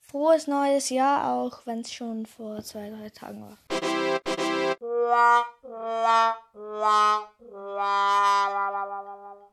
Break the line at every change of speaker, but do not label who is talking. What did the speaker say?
frohes neues Jahr, auch wenn es schon vor zwei, drei Tagen war.